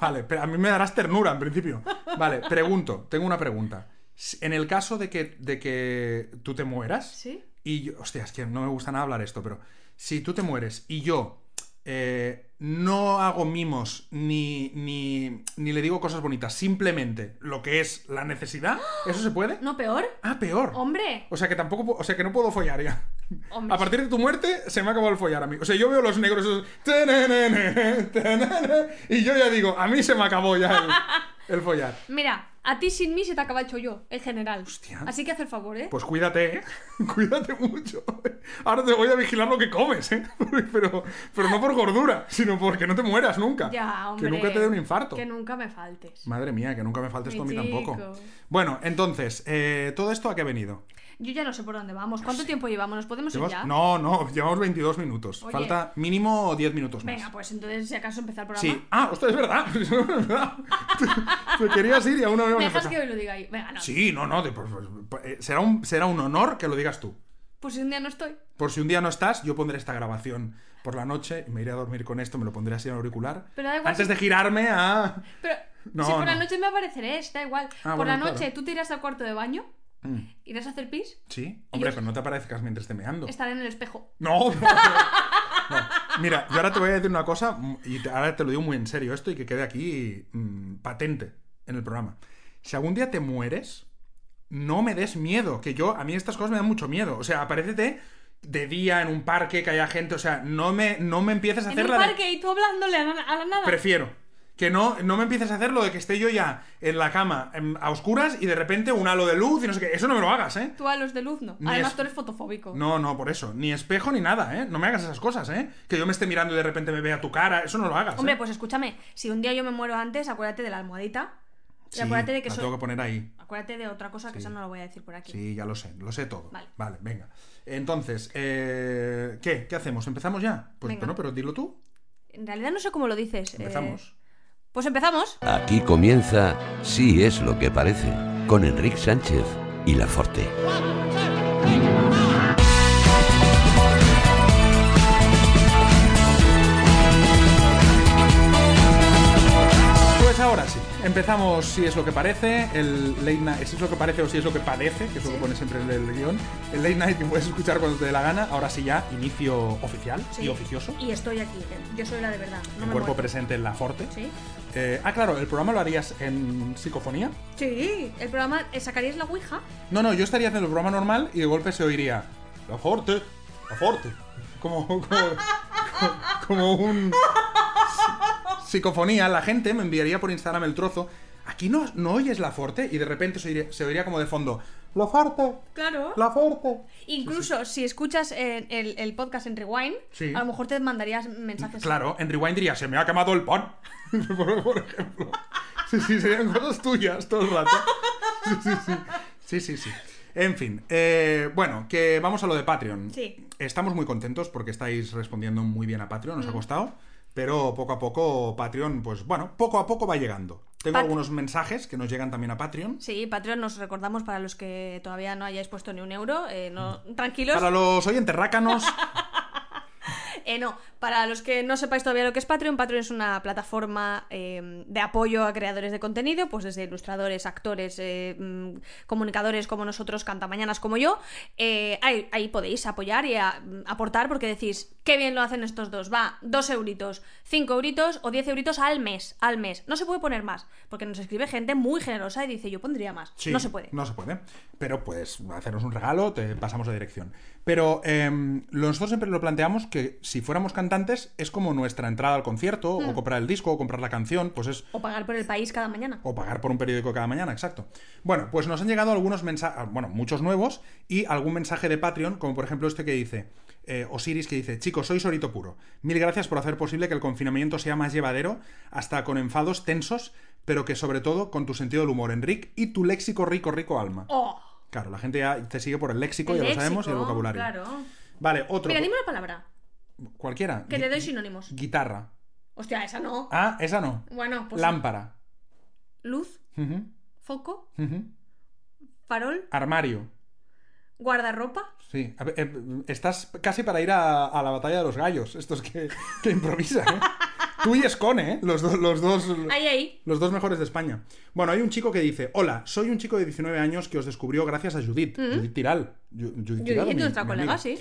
S2: Vale, pero a mí me darás ternura en principio. Vale, pregunto, tengo una pregunta. Si- En el caso de que, de que tú te mueras
S3: ¿Sí?
S2: y yo... Hostia, es que no me gusta nada hablar esto, pero si tú te mueres y yo eh, no hago mimos ni, ni, ni le digo cosas bonitas, simplemente lo que es la necesidad, ¿eso se puede?
S3: ¿No peor?
S2: Ah, peor.
S3: Hombre,
S2: O sea que tampoco, pu- o sea que no puedo follar ya.
S3: Hombre.
S2: A partir de tu muerte se me ha acabado el follar a mí. O sea, yo veo los negros esos, "Tananana, tanana", y yo ya digo, a mí se me acabó ya el, el follar.
S3: mira, a ti sin mí se te acaba hecho yo, en general.
S2: Hostia.
S3: Así que haz el favor, ¿eh?
S2: Pues cuídate, ¿eh? cuídate mucho. Ahora te voy a vigilar lo que comes, ¿eh? pero, pero no por gordura, sino porque no te mueras nunca.
S3: ya, hombre.
S2: Que nunca te dé un infarto.
S3: Que nunca me faltes.
S2: Madre mía, que nunca me falte esto a
S3: Mi
S2: mí tampoco.
S3: chico.
S2: Bueno, entonces, eh, ¿todo esto a qué ha venido?
S3: Yo ya no sé por dónde vamos. ¿Cuánto tiempo llevamos? ¿Nos podemos ir
S2: Llevamos-
S3: Pues ya?
S2: No, no, llevamos 22 minutos.
S3: Oye.
S2: Falta mínimo 10 minutos más.
S3: Venga, pues entonces, si acaso, empezar el programa.
S2: Sí. Ah, hostia, es verdad. Es verdad. Te- te querías ir y aún no habíamos
S3: ¿Me dejas
S2: empezado.
S3: que hoy lo diga ahí? Venga, no.
S2: Sí, no, no. de- pues, pues, pues, eh, será, un, será un honor que lo digas tú.
S3: Pues si un día no estoy.
S2: Por si un día no estás, yo pondré esta grabación por la noche y me iré a dormir con esto, me lo pondré así en auricular.
S3: Pero da igual
S2: antes
S3: si-
S2: de girarme a.
S3: Pero
S2: No,
S3: si por la
S2: no.
S3: noche me apareceré, da igual.
S2: Ah,
S3: por
S2: bueno,
S3: la noche
S2: claro.
S3: tú te irás al cuarto de baño,
S2: Mm,
S3: irás a hacer pis,
S2: Sí. Hombre,
S3: yo-
S2: pero no te aparezcas mientras esté meando.
S3: estaré en el espejo.
S2: No, no, no. No. Mira, yo ahora te voy a decir una cosa mm, y te- ahora te lo digo muy en serio esto y que quede aquí mm, patente en el programa. Si algún día te mueres, no me des miedo, que yo a mí estas cosas me dan mucho miedo. O sea, aparécete de día en un parque que haya gente, o sea, no me no me empieces a
S3: En
S2: hacer
S3: un
S2: la de-
S3: parque y tú hablándole a la, a la nada.
S2: prefiero que no, no me empieces a hacer lo de que esté yo ya en la cama em, a oscuras y de repente un halo de luz y no sé qué. Eso no me lo hagas, ¿eh?
S3: Tú a los de luz no.
S2: Ni
S3: Además,
S2: es-
S3: tú eres fotofóbico.
S2: No, no, por eso. Ni espejo ni nada, ¿eh? No me hagas esas cosas, ¿eh? Que yo me esté mirando y de repente me vea tu cara. Eso no lo hagas.
S3: Hombre,
S2: ¿eh?
S3: pues escúchame, si un día yo me muero antes, acuérdate de la almohadita. Y
S2: Sí,
S3: acuérdate de que
S2: la
S3: soy.
S2: tengo que poner ahí.
S3: Acuérdate de otra cosa
S2: Sí.
S3: que eso no lo voy a decir por aquí.
S2: Sí, ya lo sé. Lo sé todo.
S3: Vale.
S2: venga. Entonces, eh, ¿qué? ¿Qué hacemos? ¿Empezamos ya? Pues
S3: Venga.
S2: bueno, pero dilo tú.
S3: En realidad no sé cómo lo dices. eh,
S2: Empezamos.
S3: Pues empezamos.
S4: Aquí comienza Sí es lo que parece, con Enrique Sánchez y La Forte.
S2: Pues ahora sí. Empezamos si es lo que parece. El late night. Si es lo que parece o si es lo que padece, que es lo que pone siempre en el guión. El late night que puedes escuchar cuando te dé la gana. Ahora sí ya, inicio oficial
S3: Sí.
S2: y oficioso.
S3: Y estoy aquí. eh, Yo soy la de verdad. No
S2: el
S3: me
S2: cuerpo
S3: muero.
S2: presente en la forte.
S3: Sí.
S2: Eh, ah, claro, el programa lo harías en psicofonía.
S3: Sí, el programa. eh, ¿Sacarías la Ouija?
S2: No, no, yo estaría haciendo el programa normal y de golpe se oiría La Forte, La Forte. Como, como, como un psi- psicofonía. La gente me enviaría por Instagram el trozo. Aquí no, no oyes La Forte y de repente se oiría, se oiría como de fondo La Forte,
S3: Claro.
S2: La Forte.
S3: Incluso si escuchas eh, el, el podcast en Rewind,
S2: Sí.
S3: a lo mejor te mandarías mensajes.
S2: Claro, en Rewind diría Se me ha quemado el pan. por, por ejemplo. Sí, sí, serían cosas tuyas todo el rato. Sí, sí, sí. Sí, sí, sí. En fin, eh, bueno, que vamos a lo de Patreon.
S3: Sí.
S2: Estamos muy contentos porque estáis respondiendo muy bien a Patreon, nos
S3: Mm.
S2: ha costado, pero poco a poco Patreon, pues bueno, poco a poco va llegando. Tengo
S3: Pat-
S2: algunos mensajes que nos llegan también a Patreon.
S3: Sí, Patreon nos recordamos para los que todavía no hayáis puesto ni un euro. eh, no, tranquilos.
S2: Para los oyentes rácanos,
S3: Eh, no, para los que no sepáis todavía lo que es Patreon, Patreon es una plataforma eh, de apoyo a creadores de contenido, pues desde ilustradores, actores, eh, mm, comunicadores como nosotros, cantamañanas como yo. Eh, ahí, ahí podéis apoyar y a- mm, aportar porque decís, qué bien lo hacen estos dos. Va, dos euritos, cinco euritos o diez euritos al mes, al mes. No se puede poner más, porque nos escribe gente muy generosa y dice, yo pondría más.
S2: Sí,
S3: no se puede.
S2: No se puede. Pero pues hacernos un regalo, te pasamos la dirección. Pero em, nosotros siempre lo planteamos que si si fuéramos cantantes, es como nuestra entrada al concierto,
S3: Hmm.
S2: o comprar el disco, o comprar la canción, pues es
S3: O pagar por el país cada mañana.
S2: o pagar por un periódico cada mañana, exacto. Bueno, pues nos han llegado algunos mensajes, bueno, muchos nuevos y algún mensaje de Patreon, como por ejemplo este que dice, eh, Osiris que dice, chicos, soy Sorito Puro. Mil gracias por hacer posible que el confinamiento sea más llevadero, hasta con enfados tensos, pero que sobre todo con tu sentido del humor, Enric, y tu léxico rico, rico alma.
S3: ¡Oh!
S2: Claro, la gente ya te sigue por el léxico,
S3: El
S2: ya lo sabemos, y el
S3: léxico,
S2: vocabulario.
S3: Claro.
S2: Vale, otro.
S3: Mira, dime una palabra.
S2: Cualquiera.
S3: Que
S2: Gui-
S3: te doy sinónimos.
S2: Guitarra.
S3: Hostia, esa no.
S2: Ah, esa no.
S3: Bueno, pues.
S2: Lámpara.
S3: Luz,
S2: Ujú,
S3: foco,
S2: ujú.
S3: farol,
S2: Armario.
S3: guardarropa.
S2: Sí, a ver, eh, estás casi para ir a, a la batalla de los gallos, estos que, que improvisan, ¿eh? Tú y Escone, ¿eh? Los, do- los dos...
S3: Ahí, ahí.
S2: Los dos mejores de España. Bueno, hay un chico que dice, hola, soy un chico de 19 años que os descubrió gracias a Judith.
S3: Mm.
S2: Judith Tiral. Ju- Judith
S3: Yo
S2: Tiral,
S3: dije
S2: mi-
S3: nuestra
S2: mi
S3: colega,
S2: amiga.
S3: sí.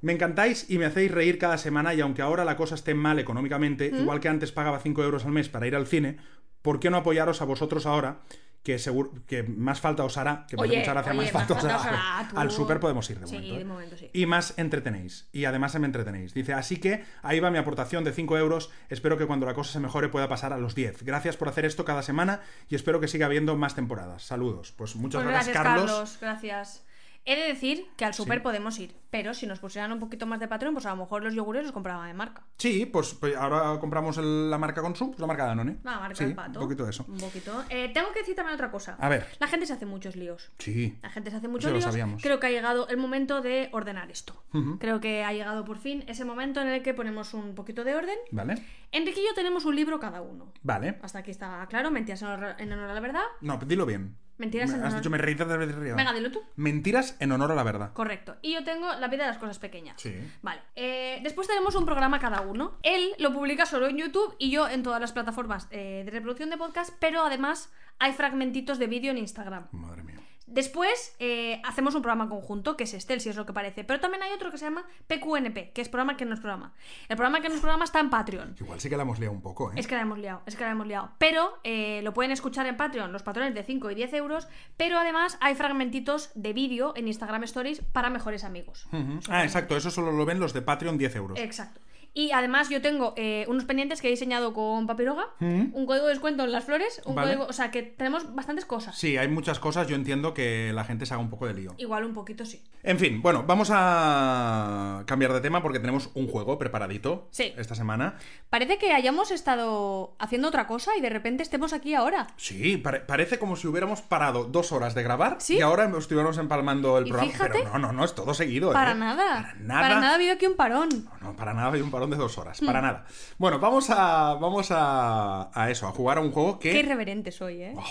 S2: Me encantáis y me hacéis reír cada semana y aunque ahora la cosa esté mal económicamente,
S3: ¿Mm?
S2: igual que antes pagaba 5 euros al mes para ir al cine, ¿por qué no apoyaros a vosotros ahora? Que seguro que más falta os hará, que me hace
S3: Oye,
S2: mucha gracia,
S3: oye,
S2: más falta os hará.
S3: hará, tú.
S2: Al super podemos ir de
S3: Sí,
S2: momento. ¿eh?
S3: de momento sí.
S2: Y más entretenéis. Y además se me entretenéis. Dice, así que ahí va mi aportación de 5 euros. Espero que cuando la cosa se mejore pueda pasar a los 10. Gracias por hacer esto cada semana y espero que siga habiendo más temporadas. Saludos. Pues muchas
S3: Pues
S2: gracias,
S3: gracias,
S2: Carlos.
S3: Carlos. Gracias. He de decir que al super
S2: Sí.
S3: podemos ir, pero si nos pusieran un poquito más de patrón, pues a lo mejor los yogures los compraba de marca.
S2: Sí, pues, pues ahora compramos el- la marca Consum, pues la marca Danone.
S3: La marca
S2: Sí,
S3: del pato.
S2: Un poquito de eso.
S3: Un poquito. Eh, tengo que decir también otra cosa.
S2: A ver.
S3: La gente se hace muchos líos.
S2: Sí.
S3: La gente se hace muchos
S2: Eso lo
S3: líos.
S2: sabíamos.
S3: Creo que ha llegado el momento de ordenar esto. Creo que ha llegado por fin ese momento en el que ponemos un poquito de orden.
S2: ¿Vale?
S3: Enrique y yo tenemos un libro cada uno.
S2: Vale.
S3: Hasta aquí está claro. Mentiras en honor en honor a la verdad.
S2: No, pues dilo bien.
S3: Mentiras
S2: Me-
S3: en
S2: Has
S3: honor-
S2: dicho me reí tres veces arriba.
S3: Venga, dilo tú.
S2: Mentiras en honor a la verdad.
S3: Correcto. Y yo tengo la vida de las cosas pequeñas.
S2: Sí.
S3: Vale. Eh, después tenemos un programa cada uno. Él lo publica solo en YouTube y yo en todas las plataformas eh, de reproducción de podcast, pero además hay fragmentitos de vídeo en Instagram.
S2: Madre mía.
S3: Después eh, hacemos un programa conjunto, que es este, el si es lo que parece. Pero también hay otro que se llama PQNP, que es programa que no es programa. El programa que no es programa está en Patreon.
S2: Igual sí que la hemos liado un poco, ¿eh?
S3: Es que la hemos liado, es que la hemos liado. Pero eh, lo pueden escuchar en Patreon, los patrones de 5 y 10 euros. Pero además hay fragmentitos de vídeo en Instagram Stories para mejores amigos.
S2: Ujú. Ah, exacto. Eso solo lo ven los de Patreon 10 euros.
S3: Exacto. Y además yo tengo eh, unos pendientes que he diseñado con papiroga, un código de descuento en las flores, un
S2: Mm. Vale.
S3: código, o sea que tenemos bastantes cosas.
S2: Sí, hay muchas cosas. Yo entiendo que la gente se haga un poco de lío.
S3: Igual un poquito sí.
S2: En fin, bueno, vamos a cambiar de tema porque tenemos un juego preparadito
S3: Sí.
S2: esta semana.
S3: Parece que hayamos estado haciendo otra cosa y de repente estemos aquí ahora.
S2: Sí, pare- parece como si hubiéramos parado dos horas de grabar
S3: ¿Sí?
S2: y ahora estuviéramos empalmando el
S3: Y
S2: programa.
S3: fíjate.
S2: Pero no, no, no, es todo seguido.
S3: Para
S2: ¿eh?
S3: nada. Mm.
S2: Para nada.
S3: ha habido aquí un parón.
S2: No, para nada hay un parón de dos horas. Para nada. Bueno, vamos a. Vamos a. a eso, a jugar a un juego que.
S3: Qué irreverente soy, ¿eh?
S2: Oh,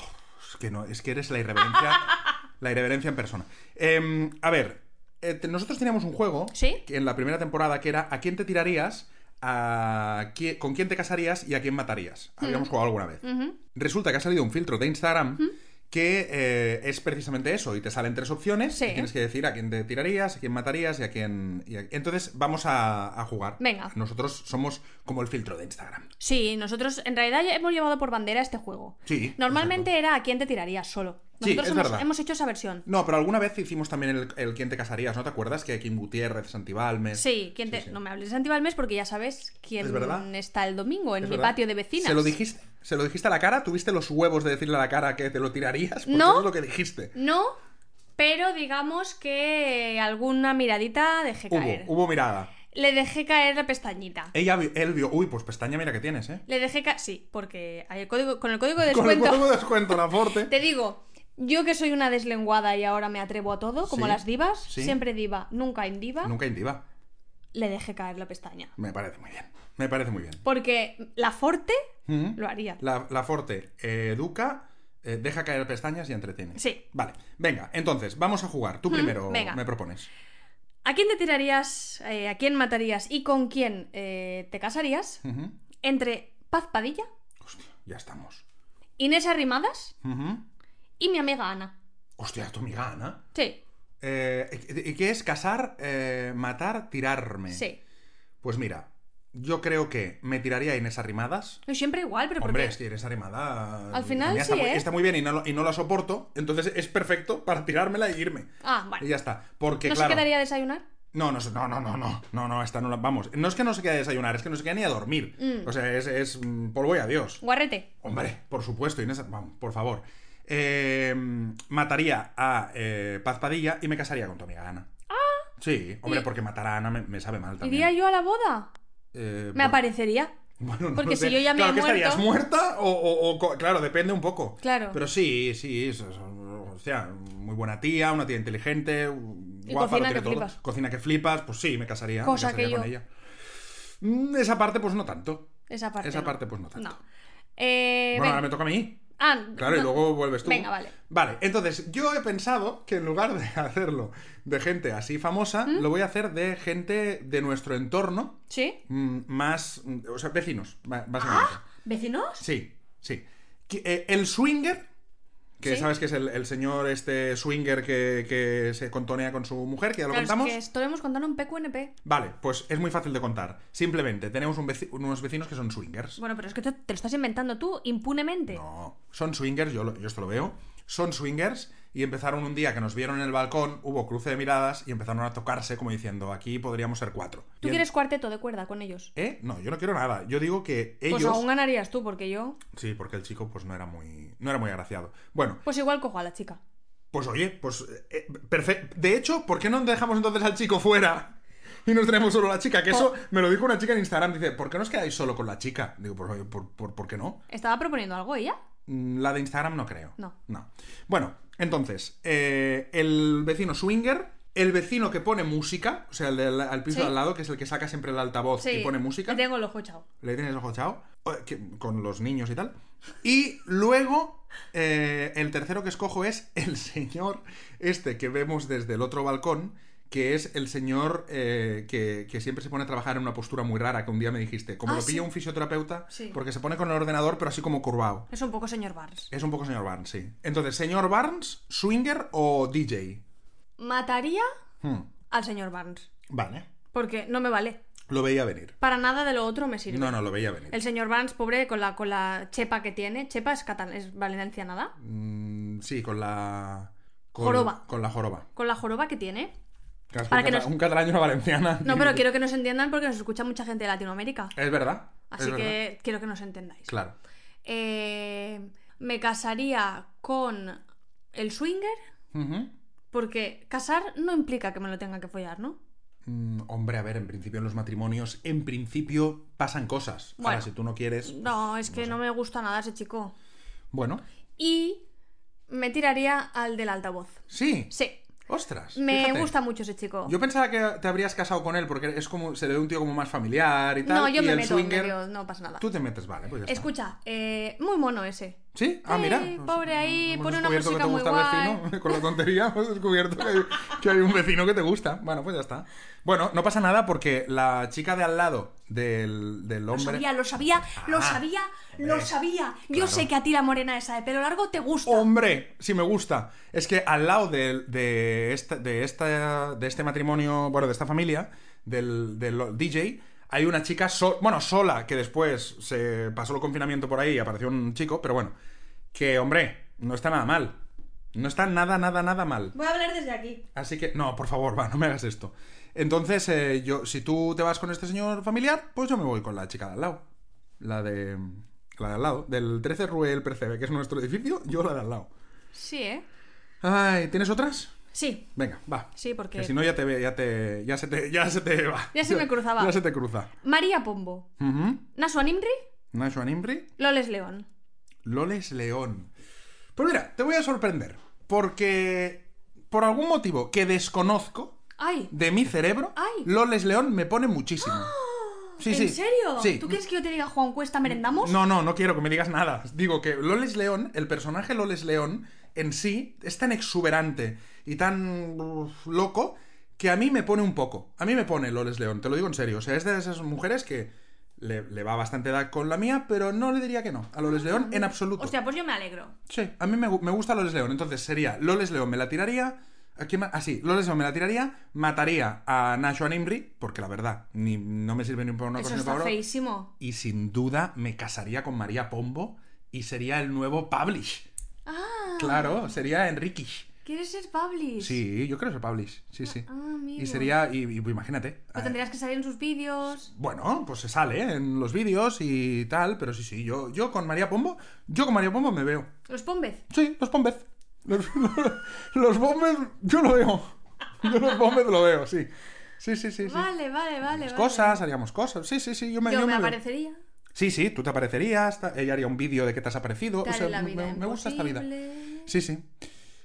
S2: es que no, es que eres la irreverencia. la irreverencia en persona. Em, a ver, eh, te- nosotros teníamos un juego
S3: ¿Sí?
S2: que en la primera temporada que era ¿a quién te tirarías? A qui- ¿Con quién te casarías y a quién matarías?
S3: Mm.
S2: Habíamos jugado alguna vez. Resulta que ha salido un filtro de Instagram que eh, es precisamente eso. Y te salen tres opciones.
S3: Sí.
S2: Y tienes que decir a quién te tirarías, a quién matarías y a quién. y a- Entonces vamos a, a jugar.
S3: Venga.
S2: Nosotros somos como el filtro de Instagram.
S3: Sí, nosotros en realidad ya hemos llevado por bandera este juego.
S2: Sí,
S3: Normalmente era a quién te tirarías solo.
S2: Sí,
S3: Nosotros
S2: es
S3: hemos,
S2: verdad.
S3: hemos hecho esa versión.
S2: No, pero alguna vez hicimos también el, el quién te casarías, ¿no te acuerdas? Que Kim Gutiérrez, Santibalmes.
S3: Sí, ¿quién te...
S2: sí.
S3: no me hables de Santibalmes porque ya sabes quién
S2: Es verdad.
S3: está el domingo en
S2: Es
S3: mi
S2: verdad.
S3: patio de vecinas.
S2: ¿Se lo dijiste? ¿Se lo dijiste a la cara? ¿Tuviste los huevos de decirle a la cara que te lo tirarías? Porque
S3: No.
S2: eso es lo que dijiste.
S3: No, pero digamos que alguna miradita dejé caer.
S2: Hubo, Eh. hubo mirada.
S3: Le dejé caer la pestañita.
S2: Ella, vi- él vio, uy, pues pestaña mira que tienes, ¿eh?
S3: Le dejé caer. Sí, porque hay el código... con el código de
S2: Con el
S3: descuento.
S2: juego de descuento, la forte.
S3: Te digo, yo que soy una deslenguada y ahora me atrevo a todo, como
S2: Sí,
S3: las divas,
S2: sí.
S3: siempre diva, nunca en diva,
S2: Nunca indiva.
S3: le dejé caer la pestaña.
S2: Me parece muy bien. Me parece muy bien.
S3: Porque la forte
S2: Ujú.
S3: lo haría.
S2: La, la Forte eh, educa, eh, deja caer pestañas y entretiene.
S3: Sí.
S2: Vale, venga, entonces, vamos a jugar. Tú primero
S3: venga.
S2: me propones.
S3: ¿A quién te tirarías, eh, a quién matarías y con quién eh, te casarías?
S2: Ujú.
S3: Entre Paz Padilla,
S2: Hostia, ya estamos.
S3: Inés Arrimadas
S2: Ujú.
S3: y mi amiga Ana.
S2: Hostia, tu amiga Ana.
S3: Sí,
S2: Eh, ¿Y y qué es casar, eh, matar, tirarme?
S3: sí.
S2: Pues mira, yo creo que me tiraría a Inés Arrimadas.
S3: No, siempre igual, pero
S2: Hombre,
S3: porque...
S2: es que Inés Arrimadas.
S3: Al final
S2: también está,
S3: sí,
S2: muy,
S3: ¿eh?
S2: está muy bien y no, lo- y no la soporto, entonces es perfecto para tirármela e irme.
S3: Ah,
S2: Y
S3: vale.
S2: ya está. Porque,
S3: ¿No se
S2: claro.
S3: quedaría a desayunar?
S2: No, no, sé, no, no, no, no, no, no, esta no la. Vamos, no es que no se quede a desayunar, es que no se queda ni a dormir. O sea, es, es mm, polvo y adiós.
S3: Guarrete.
S2: Hombre, por supuesto, Inés, vamos, por favor. Eh, mataría a eh, Paz Padilla y me casaría con tu amiga Ana. Ah. Sí, hombre,
S3: Y-
S2: porque matar a Ana me, me sabe mal también.
S3: ¿Iría yo a la boda?
S2: Eh,
S3: Me
S2: bueno,
S3: aparecería.
S2: bueno, no
S3: porque
S2: lo
S3: si
S2: sé.
S3: yo ya me
S2: claro,
S3: he
S2: ¿qué estarías
S3: muerto-
S2: muerta o, o- o co- Claro, depende un poco.
S3: Claro.
S2: Pero sí, sí, es, es- o sea, muy buena tía, una tía inteligente, guapa, lo
S3: cocina
S2: tiene
S3: que
S2: todo.
S3: flipas.
S2: Cocina que flipas, pues sí, me casaría, me
S3: Cosa que
S2: casaría
S3: yo-
S2: con ella. Mm, Esa parte, pues no tanto.
S3: Esa parte.
S2: Esa
S3: no.
S2: parte, pues no tanto.
S3: No. Eh,
S2: bueno,
S3: venga.
S2: ahora me toca a mí.
S3: Ah,
S2: Claro, y
S3: no.
S2: luego vuelves tú.
S3: Venga, vale.
S2: Vale, entonces yo he pensado que en lugar de hacerlo de gente así famosa,
S3: ¿Mm?
S2: lo voy a hacer de gente de nuestro entorno,
S3: ¿Sí?
S2: mm, más. mm, O sea, vecinos, ba- básicamente.
S3: Ah. ¿Vecinos?
S2: Sí, sí. Que, eh, el swinger, que
S3: Sí.
S2: sabes que es el, el señor este swinger que, que se contonea con su mujer, que ya lo
S3: Claro,
S2: contamos.
S3: es que esto lo hemos contado en PQNP.
S2: Vale, pues es muy fácil de contar. Simplemente tenemos un veci- unos vecinos que son swingers.
S3: Bueno, pero es que te, te lo estás inventando tú impunemente.
S2: No, son swingers, yo, lo- yo esto lo veo. Son swingers y empezaron un día que nos vieron en el balcón, hubo cruce de miradas y empezaron a tocarse como diciendo, aquí podríamos ser cuatro. Y
S3: Tú
S2: en-
S3: quieres cuarteto de cuerda con ellos.
S2: ¿Eh? No, yo no quiero nada. Yo digo que ellos...
S3: Pues aún ganarías tú, porque yo.
S2: Sí, porque el chico pues no era muy, no era muy agraciado. Bueno,
S3: Pues igual cojo a la chica.
S2: Pues oye, pues perfecto. De hecho, ¿por qué no dejamos entonces al chico fuera? Y nos traemos solo a la chica, que eso me lo dijo una chica en Instagram. Dice, ¿por qué no os quedáis solo con la chica? Digo, pues oye, ¿por, por, por qué no?
S3: ¿Estaba proponiendo algo ella?
S2: Mm, La de Instagram no creo.
S3: No.
S2: No. Bueno, entonces, eh, el vecino swinger, el vecino que pone música, o sea, el del al piso
S3: Sí.
S2: de al lado, que es el que saca siempre el altavoz y pone música.
S3: Le tengo el ojo chao.
S2: Le tienes el ojo chao, o- que- con los niños y tal. Y luego, eh, el tercero que escojo es el señor este que vemos desde el otro balcón, que es el señor eh, que, que siempre se pone a trabajar en una postura muy rara, que un día me dijiste, como
S3: Ah,
S2: lo pilla
S3: sí.
S2: un fisioterapeuta,
S3: Sí.
S2: porque se pone con el ordenador, pero así como curvado.
S3: Es un poco señor Barnes.
S2: Es un poco señor Barnes, sí. Entonces, señor Barnes, swinger o DJ.
S3: Mataría
S2: Hmm,
S3: al señor Barnes.
S2: Vale.
S3: Porque no me vale.
S2: Lo veía venir.
S3: Para nada de lo otro me sirve.
S2: No, no, lo veía venir.
S3: El señor Barnes, pobre, con la, con la chepa que tiene. Chepa es catalán, es valencianada.
S2: Mm, sí, con la... con-
S3: Joroba.
S2: Con la joroba.
S3: Con la joroba que tiene.
S2: Claro,
S3: Para
S2: un,
S3: que
S2: cata-
S3: nos-
S2: un catalán y una valenciana.
S3: No, pero quiero que nos entiendan porque nos escucha mucha gente de Latinoamérica.
S2: Es verdad. es
S3: Así
S2: verdad.
S3: que quiero que nos entendáis.
S2: Claro.
S3: Eh, me casaría con el swinger
S2: Ujú.
S3: porque casar no implica que me lo tenga que follar, ¿no?
S2: Mm, hombre, a ver, en principio en los matrimonios, en principio pasan cosas. Ahora,
S3: Bueno.
S2: si tú no quieres.
S3: No, es que no me gusta nada ese chico.
S2: Bueno,
S3: Y me tiraría al del altavoz.
S2: sí.
S3: Sí,
S2: Ostras.
S3: me
S2: fíjate.
S3: gusta mucho ese chico.
S2: Yo pensaba que te habrías casado con él porque es como se le ve un tío como más familiar y tal.
S3: no, yo
S2: y
S3: me
S2: el
S3: meto
S2: swinger,
S3: en medio, no pasa nada.
S2: Tú te metes, vale. Pues ya está.
S3: Escucha, eh, muy mono ese.
S2: Sí, ah, mira.
S3: Sí,
S2: pues,
S3: pobre ahí,
S2: hemos
S3: pone una
S2: descubierto que
S3: música
S2: te
S3: muy
S2: gusta el
S3: guay.
S2: vecino. Con la tontería hemos descubierto que hay, que hay un vecino que te gusta. Bueno, pues ya está. Bueno, no pasa nada porque la chica de al lado del, del
S3: Lo
S2: hombre.
S3: sabía, lo sabía,
S2: Ah,
S3: lo sabía, lo
S2: hombre,
S3: sabía. Yo
S2: claro.
S3: sé que a ti la morena esa de pelo largo te gusta.
S2: Hombre, sí me gusta. Es que al lado de, de, esta, de, esta, de este matrimonio, bueno, de esta familia, del, del DJ, hay una chica, so- bueno, sola, que después se pasó el confinamiento por ahí y apareció un chico, pero bueno, que hombre, no está nada mal. No está nada, nada, nada mal.
S3: Voy a hablar desde aquí.
S2: Así que, no, por favor, va, no me hagas esto. Entonces, eh, yo, si tú te vas con este señor familiar, pues yo me voy con la chica de al lado. La de. La de al lado. Del 13 Rue el Percebe, que es nuestro edificio, yo la de al lado.
S3: Sí, ¿eh?
S2: Ay, ¿tienes otras?
S3: Sí,
S2: Venga, va.
S3: sí, porque...
S2: Que si no ya te ve, ya te. Ya se te, ya se te va.
S3: Ya se me cruzaba.
S2: Ya se te cruza.
S3: María Pombo,
S2: Ujú.
S3: Nasu Animri,
S2: Nacho Animri,
S3: Loles León.
S2: Loles León. Pues mira, te voy a sorprender. Porque. Por algún motivo que desconozco,
S3: ¡Ay!
S2: de mi cerebro,
S3: Ay. ¡Ah!
S2: Loles León me pone muchísimo. Sí,
S3: ¿En
S2: sí.
S3: serio?
S2: Sí.
S3: ¿Tú quieres que yo te diga Juan Cuesta merendamos?
S2: No, no, no quiero que me digas nada. Digo que Loles León, el personaje Loles León en sí es tan exuberante y tan uf, loco que a mí me pone un poco. A mí me pone Loles León, te lo digo en serio. O sea, es de esas mujeres que le, le va bastante edad con la mía, pero no le diría que no a Loles León en absoluto.
S3: Hostia, pues yo me alegro.
S2: Sí, a mí me, gu- me gusta Loles León. Entonces sería Loles León me la tiraría. Así, ah, sí, Loles León me la tiraría. Mataría a Nacho Animri, porque la verdad, ni, no me sirve ni para una
S3: Eso
S2: cosa ni
S3: está
S2: para otra
S3: feísimo.
S2: y sin duda me casaría con María Pombo y sería el nuevo Publish.
S3: Ah,
S2: Claro, sería Enriquish.
S3: ¿Quieres ser Publish?
S2: Sí, yo creo ser Publish. Sí, sí.
S3: Ah, amigo.
S2: y sería. Y, y, pues, imagínate.
S3: Pues
S2: eh,
S3: tendrías que salir en sus vídeos.
S2: Bueno, pues se sale en los vídeos y tal, pero sí, sí. Yo, yo con María Pombo, yo con María Pombo me veo.
S3: Los Pombez.
S2: Sí, los Pombez. Los, los Pombez, yo lo veo. Yo los Pombez lo veo, sí. Sí, sí, sí. sí.
S3: Vale, vale, vale.
S2: Haríamos
S3: vale.
S2: cosas, haríamos cosas. Sí, sí, sí. Yo me,
S3: Yo
S2: yo
S3: me
S2: me veo.
S3: aparecería.
S2: Sí, sí, tú te aparecerías, ta- ella haría un vídeo de que te has aparecido.
S3: Te
S2: o
S3: haré
S2: sea,
S3: la
S2: me-
S3: vida
S2: me, me gusta esta vida.
S3: imposible.
S2: Sí, sí.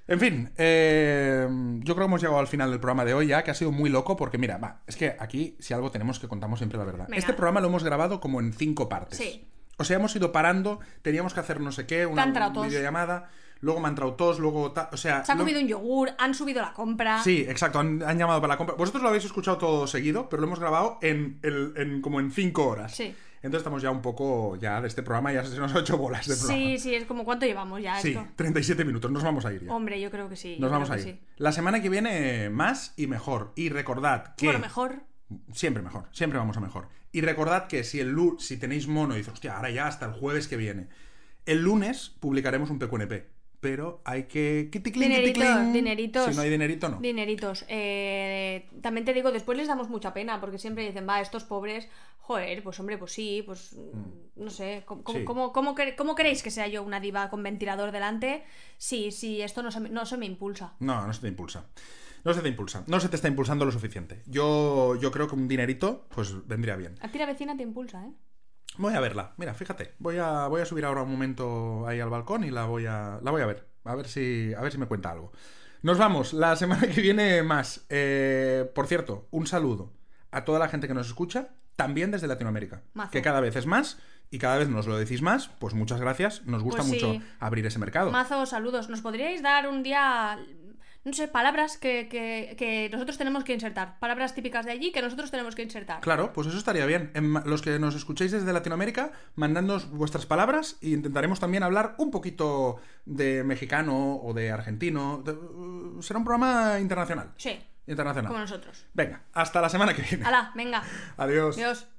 S2: En fin, eh, yo creo que hemos llegado al final del programa de hoy ya, que ha sido muy loco porque mira, va, es que aquí si algo tenemos que contamos siempre la verdad.
S3: Venga.
S2: Este programa lo hemos grabado como en cinco partes.
S3: Sí.
S2: O sea, hemos ido parando, teníamos que hacer no sé qué,
S3: Te han
S2: una
S3: entrado tos.
S2: videollamada, luego me han entrado tos, luego ta- o sea,
S3: Se ha
S2: Ah, lo-
S3: comido un yogur, han subido la compra.
S2: Sí, exacto, han, han llamado para la compra. Vosotros lo habéis escuchado todo seguido, pero lo hemos grabado en, el- en como en cinco horas.
S3: Sí.
S2: Entonces estamos ya un poco ya de este programa, ya se nos ha hecho bolas de programa.
S3: sí, sí, es como cuánto llevamos ya
S2: Sí,
S3: esto.
S2: 37 minutos, nos vamos a ir ya.
S3: Hombre, yo creo que sí. yo
S2: Nos vamos
S3: creo
S2: a
S3: que
S2: ir.
S3: sí.
S2: La semana que viene más y mejor. Y recordad que...
S3: Bueno, mejor.
S2: Siempre mejor, siempre vamos a mejor. Y recordad que si el lu- si tenéis mono y dices, hostia, ahora ya hasta el jueves que viene. El lunes publicaremos un PQNP. Pero hay que... quiticlin,
S3: Dinerito,
S2: quiticlin.
S3: dineritos.
S2: Si no hay dinerito, no.
S3: Dineritos. Eh, también te digo, después les damos mucha pena, porque siempre dicen, va, estos pobres, joder, pues hombre, pues sí, pues no sé, ¿cómo, cómo-
S2: Sí.
S3: cómo- cómo cre- cómo queréis que sea yo una diva con ventilador delante? Sí, sí, esto no se, me- no se me impulsa.
S2: No, no se te impulsa. No se te impulsa. No se te está impulsando lo suficiente. Yo, yo creo que un dinerito, pues vendría bien.
S3: A ti la vecina te impulsa, ¿eh?
S2: Voy a verla. Mira, fíjate. Voy a, voy a subir ahora un momento ahí al balcón y la voy a, la voy a ver. A ver si, a ver si me cuenta algo. Nos vamos. La semana que viene más. Eh, por cierto, un saludo a toda la gente que nos escucha, también desde Latinoamérica,
S3: Mazo.
S2: que cada vez es más y cada vez nos lo decís más. Pues muchas gracias. Nos gusta
S3: Pues sí.
S2: mucho abrir ese mercado.
S3: Mazo, saludos. ¿Nos podríais dar un día, no sé, palabras que, que- que nosotros tenemos que insertar? Palabras típicas de allí que nosotros tenemos que insertar.
S2: Claro, pues eso estaría bien. En ma- los que nos escuchéis desde Latinoamérica, mandadnos vuestras palabras e intentaremos también hablar un poquito de mexicano o de argentino. De- uh, será un programa internacional.
S3: Sí,
S2: Internacional.
S3: como nosotros.
S2: Venga, hasta la semana que viene.
S3: Hala, venga.
S2: Adiós.
S3: Adiós.